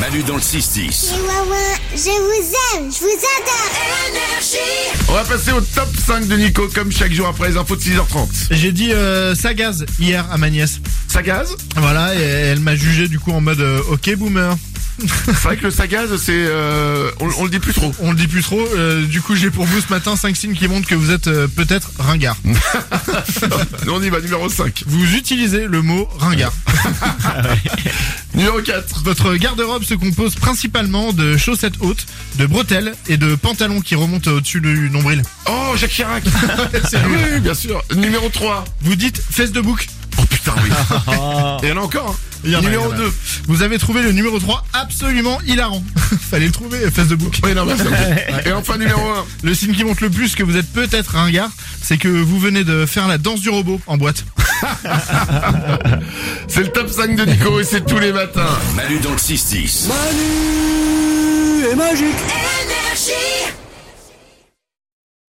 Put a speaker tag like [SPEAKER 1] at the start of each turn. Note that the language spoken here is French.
[SPEAKER 1] Manu dans le 6-10.
[SPEAKER 2] Les Wawa, je vous aime, je vous adore.
[SPEAKER 3] On va passer au top 5 de Nico, comme chaque jour après les infos de 6h30.
[SPEAKER 4] J'ai dit euh, Sagaz hier à ma nièce.
[SPEAKER 3] Sagaz
[SPEAKER 4] Voilà, et elle m'a jugé du coup en mode euh, ok boomer.
[SPEAKER 3] C'est vrai que le sagaz, c'est... euh, on, on le dit plus trop.
[SPEAKER 4] On le dit plus trop, euh, du coup j'ai pour vous ce matin 5 signes qui montrent que vous êtes euh, peut-être ringard.
[SPEAKER 3] Nous, on y va, numéro 5.
[SPEAKER 4] Vous utilisez le mot ringard.
[SPEAKER 3] Numéro 4.
[SPEAKER 4] Votre garde-robe se compose principalement de chaussettes hautes, de bretelles et de pantalons qui remontent au-dessus du nombril.
[SPEAKER 3] Oh, Jacques Chirac Oui, bien sûr. Numéro 3.
[SPEAKER 4] Vous dites fesses de bouc.
[SPEAKER 3] Oh putain, oui. Et il y en a encore. hein.
[SPEAKER 4] Il y en a, il
[SPEAKER 3] Numéro
[SPEAKER 4] y en a.
[SPEAKER 3] 2.
[SPEAKER 4] Vous avez trouvé le numéro 3 absolument hilarant. Fallait le trouver, fesses de bouc.
[SPEAKER 3] Oui, non, bah, c'est bon. Et enfin, numéro 1.
[SPEAKER 4] Le signe qui montre le plus que vous êtes peut-être ringard, c'est que vous venez de faire la danse du robot en boîte.
[SPEAKER 3] C'est le top 5 de Nico et c'est tous les matins.
[SPEAKER 1] Manu dans le 6-10.
[SPEAKER 5] Manu est magique.
[SPEAKER 2] Énergie.